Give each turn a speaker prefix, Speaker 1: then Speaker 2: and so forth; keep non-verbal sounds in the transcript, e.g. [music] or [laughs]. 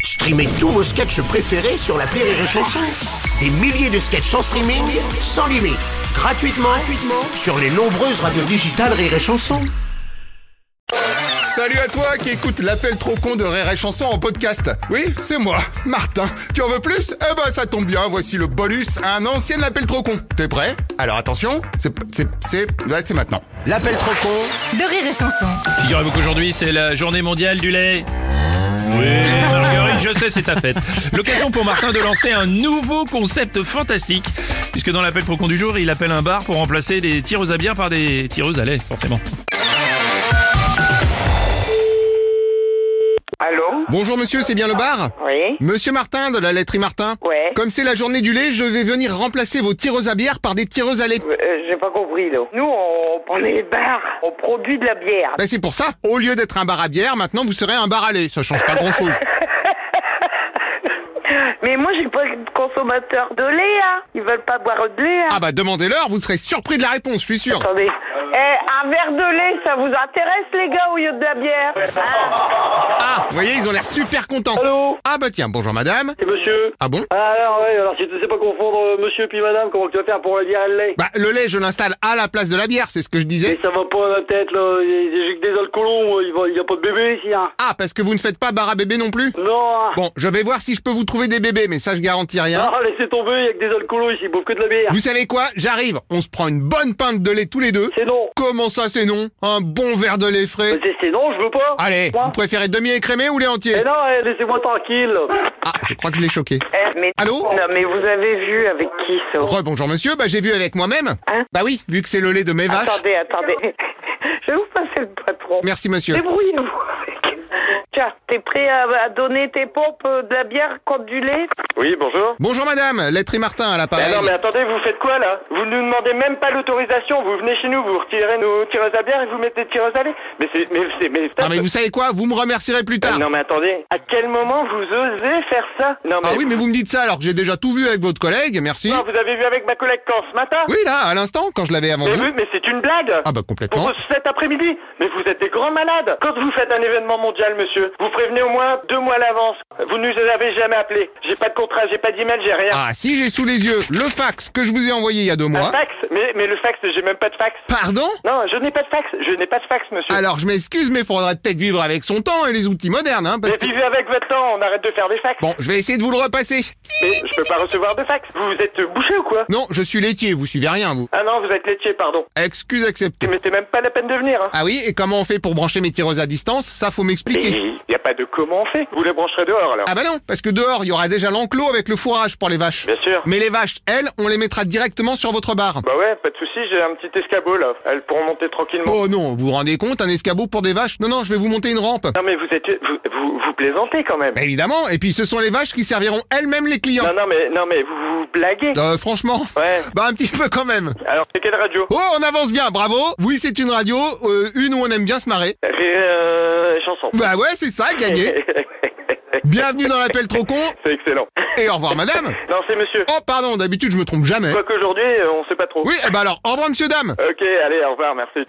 Speaker 1: Streamez tous vos sketchs préférés sur la Rire et Chanson. Des milliers de sketchs en streaming, sans limite, gratuitement, gratuitement sur les nombreuses radios digitales Rire et Chanson.
Speaker 2: Salut à toi qui écoute l'appel trop con de Rire et Chanson en podcast. Oui, c'est moi, Martin. Tu en veux plus Eh ben ça tombe bien, voici le bonus à un ancien appel trop con. T'es prêt Alors attention, c'est c'est c'est ouais, c'est maintenant.
Speaker 1: L'appel trop con
Speaker 3: de rire et chanson.
Speaker 4: Figurez-vous qu'aujourd'hui, c'est la journée mondiale du lait. Oui, Marguerite, je sais, c'est ta fête. L'occasion pour Martin de lancer un nouveau concept fantastique, puisque dans l'appel pro con du jour, il appelle un bar pour remplacer des tireuses à bière par des tireuses à lait, forcément.
Speaker 5: Allô
Speaker 2: Bonjour monsieur, c'est bien le bar
Speaker 5: Oui
Speaker 2: Monsieur Martin de la laiterie Martin.
Speaker 5: Ouais.
Speaker 2: Comme c'est la journée du lait, je vais venir remplacer vos tireuses à bière par des tireuses à lait.
Speaker 5: Euh, J'ai pas compris, là. Nous, on prend les bars, on produit de la bière.
Speaker 2: Bah c'est pour ça. Au lieu d'être un bar à bière, maintenant vous serez un bar à lait. Ça change pas grand chose.
Speaker 5: [laughs] Mais moi, j'ai pas de consommateur de lait, hein. Ils veulent pas boire de lait, hein.
Speaker 2: Ah ben- bah demandez-leur, vous serez surpris de la réponse, je suis sûr.
Speaker 5: Attendez. Eh, un verre de lait, ça vous intéresse, les gars, au lieu de la bière Hein
Speaker 2: Ah, vous voyez, ils ont l'air super contents.
Speaker 6: Allô
Speaker 2: Ah bah tiens, bonjour madame.
Speaker 6: C'est monsieur
Speaker 2: Ah bon
Speaker 6: Ah, alors, ouais, alors si tu sais pas confondre euh, monsieur puis madame, comment tu vas faire pour le dire à lait
Speaker 2: Bah le lait, je l'installe à la place de la bière, c'est ce que je disais.
Speaker 6: Mais ça va pas la tête, là, il il- j'ai que des alcoolons, moi, il va- il y a pas de bébé ici, hein
Speaker 2: Ah, parce que vous ne faites pas bar à bébé non plus
Speaker 6: Non, hein.
Speaker 2: Bon, je vais voir si je peux vous trouver des bébés, mais ça je garantis rien.
Speaker 6: Ah, laissez tomber, il y a que des alcoolos ici, ils boivent que de la bière
Speaker 2: Vous savez quoi J'arrive, on se prend une bonne pinte de lait tous les deux.
Speaker 6: C'est non
Speaker 2: Comment ça c'est non Un bon verre de lait frais
Speaker 6: Mais C'est c'est non, je veux pas
Speaker 2: Allez, vous
Speaker 6: Moi
Speaker 2: préférez demi-écrémé ou lait entier
Speaker 6: Ah. Eh non, eh, laissez-moi tranquille
Speaker 2: Ah, je crois que je l'ai choqué.
Speaker 5: Eh, mais...
Speaker 2: Allô
Speaker 5: Non, mais vous avez vu avec qui, ça
Speaker 2: Rebonjour monsieur, bah j'ai vu avec moi-même.
Speaker 5: Hein
Speaker 2: Bah oui, vu que c'est le lait de mes vaches.
Speaker 5: Attendez, attendez. [laughs] je vais vous passer le patron.
Speaker 2: Merci monsieur.
Speaker 5: Débrouillez-vous. Tiens, t'es prêt à, à donner tes pompes euh, de la bière contre du lait
Speaker 6: Oui, bonjour
Speaker 2: Bonjour madame, Lettre et Martin à l'appareil.
Speaker 6: Eh attendez, vous faites quoi là Vous ne nous demandez même pas l'autorisation, vous venez chez nous, vous retirez nos tireuses à bière et vous mettez des tireuses à lait Mais c'est... Mais c'est... Mais,
Speaker 2: Ah mais vous savez quoi Vous me remercierez plus
Speaker 6: Ah,
Speaker 2: tard.
Speaker 6: Non mais attendez, à quel moment vous osez faire ça Non mais,
Speaker 2: Ah oui, mais vous me dites ça alors que j'ai déjà tout vu avec votre collègue, merci.
Speaker 6: Non, vous avez vu avec ma collègue quand ce matin
Speaker 2: Oui là, à l'instant, quand je l'avais avant
Speaker 6: Mais,
Speaker 2: vous.
Speaker 6: oui, mais c'est une blague
Speaker 2: Ah bah
Speaker 6: Pour
Speaker 2: complètement.
Speaker 6: cet après-midi Mais vous êtes des grands malades Quand vous faites un événement mondial, monsieur, vous prévenez au moins deux mois à l'avance. Vous nous avez jamais appelé. J'ai pas de contrat, j'ai pas d'email, j'ai rien.
Speaker 2: Ah si, j'ai sous les yeux le fax que je vous ai envoyé il y a deux
Speaker 6: Un
Speaker 2: mois.
Speaker 6: fax mais, mais le fax, j'ai même pas de fax.
Speaker 2: Pardon
Speaker 6: Non, je n'ai pas de fax, je n'ai pas de fax, monsieur.
Speaker 2: Alors je m'excuse, mais faudra peut-être vivre avec son temps et les outils modernes, hein, parce
Speaker 6: Mais
Speaker 2: que...
Speaker 6: vivez avec votre temps, on arrête de faire des fax.
Speaker 2: Bon, je vais essayer de vous le repasser.
Speaker 6: Mais je peux pas recevoir de fax. Vous vous êtes bouché ou quoi
Speaker 2: Non, je suis laitier, vous suivez rien, vous.
Speaker 6: Ah non, vous êtes laitier, pardon.
Speaker 2: Excuse acceptée.
Speaker 6: Mais c'est même pas la peine de venir, hein.
Speaker 2: Ah oui, et comment on fait pour brancher mes tireuses à distance Ça, faut m'expliquer.
Speaker 6: Il n'y a pas de comment on fait. Vous les brancherez dehors alors.
Speaker 2: Ah bah non, parce que dehors, il y aura déjà l'enclos avec le fourrage pour les vaches.
Speaker 6: Bien sûr.
Speaker 2: Mais les vaches, elles, on les mettra directement sur votre barre.
Speaker 6: Bah ouais, pas de souci, j'ai un petit escabeau là. Elles pourront monter tranquillement.
Speaker 2: Oh non, vous vous rendez compte, un escabeau pour des vaches Non, non, je vais vous monter une rampe.
Speaker 6: Non mais vous êtes vous, vous, vous plaisantez quand même.
Speaker 2: Bah évidemment, et puis ce sont les vaches qui serviront elles-mêmes les clients.
Speaker 6: Non non mais non mais vous vous blaguez.
Speaker 2: Euh, franchement, [laughs]
Speaker 6: Ouais.
Speaker 2: bah un petit peu quand même.
Speaker 6: Alors c'est quelle radio
Speaker 2: Oh, on avance bien, bravo Oui, c'est une radio, euh, une où on aime bien se marrer.
Speaker 6: Rire, euh, chanson.
Speaker 2: Bah ouais, c'est ça, gagné. Bienvenue dans l'appel trop con,
Speaker 6: [laughs] c'est excellent.
Speaker 2: et au revoir madame
Speaker 6: Non c'est monsieur.
Speaker 2: Oh pardon, d'habitude je me trompe jamais.
Speaker 6: Quoi qu'aujourd'hui, euh, on sait pas trop.
Speaker 2: Oui, eh bah alors, au revoir monsieur dame
Speaker 6: Ok, allez, au revoir, merci.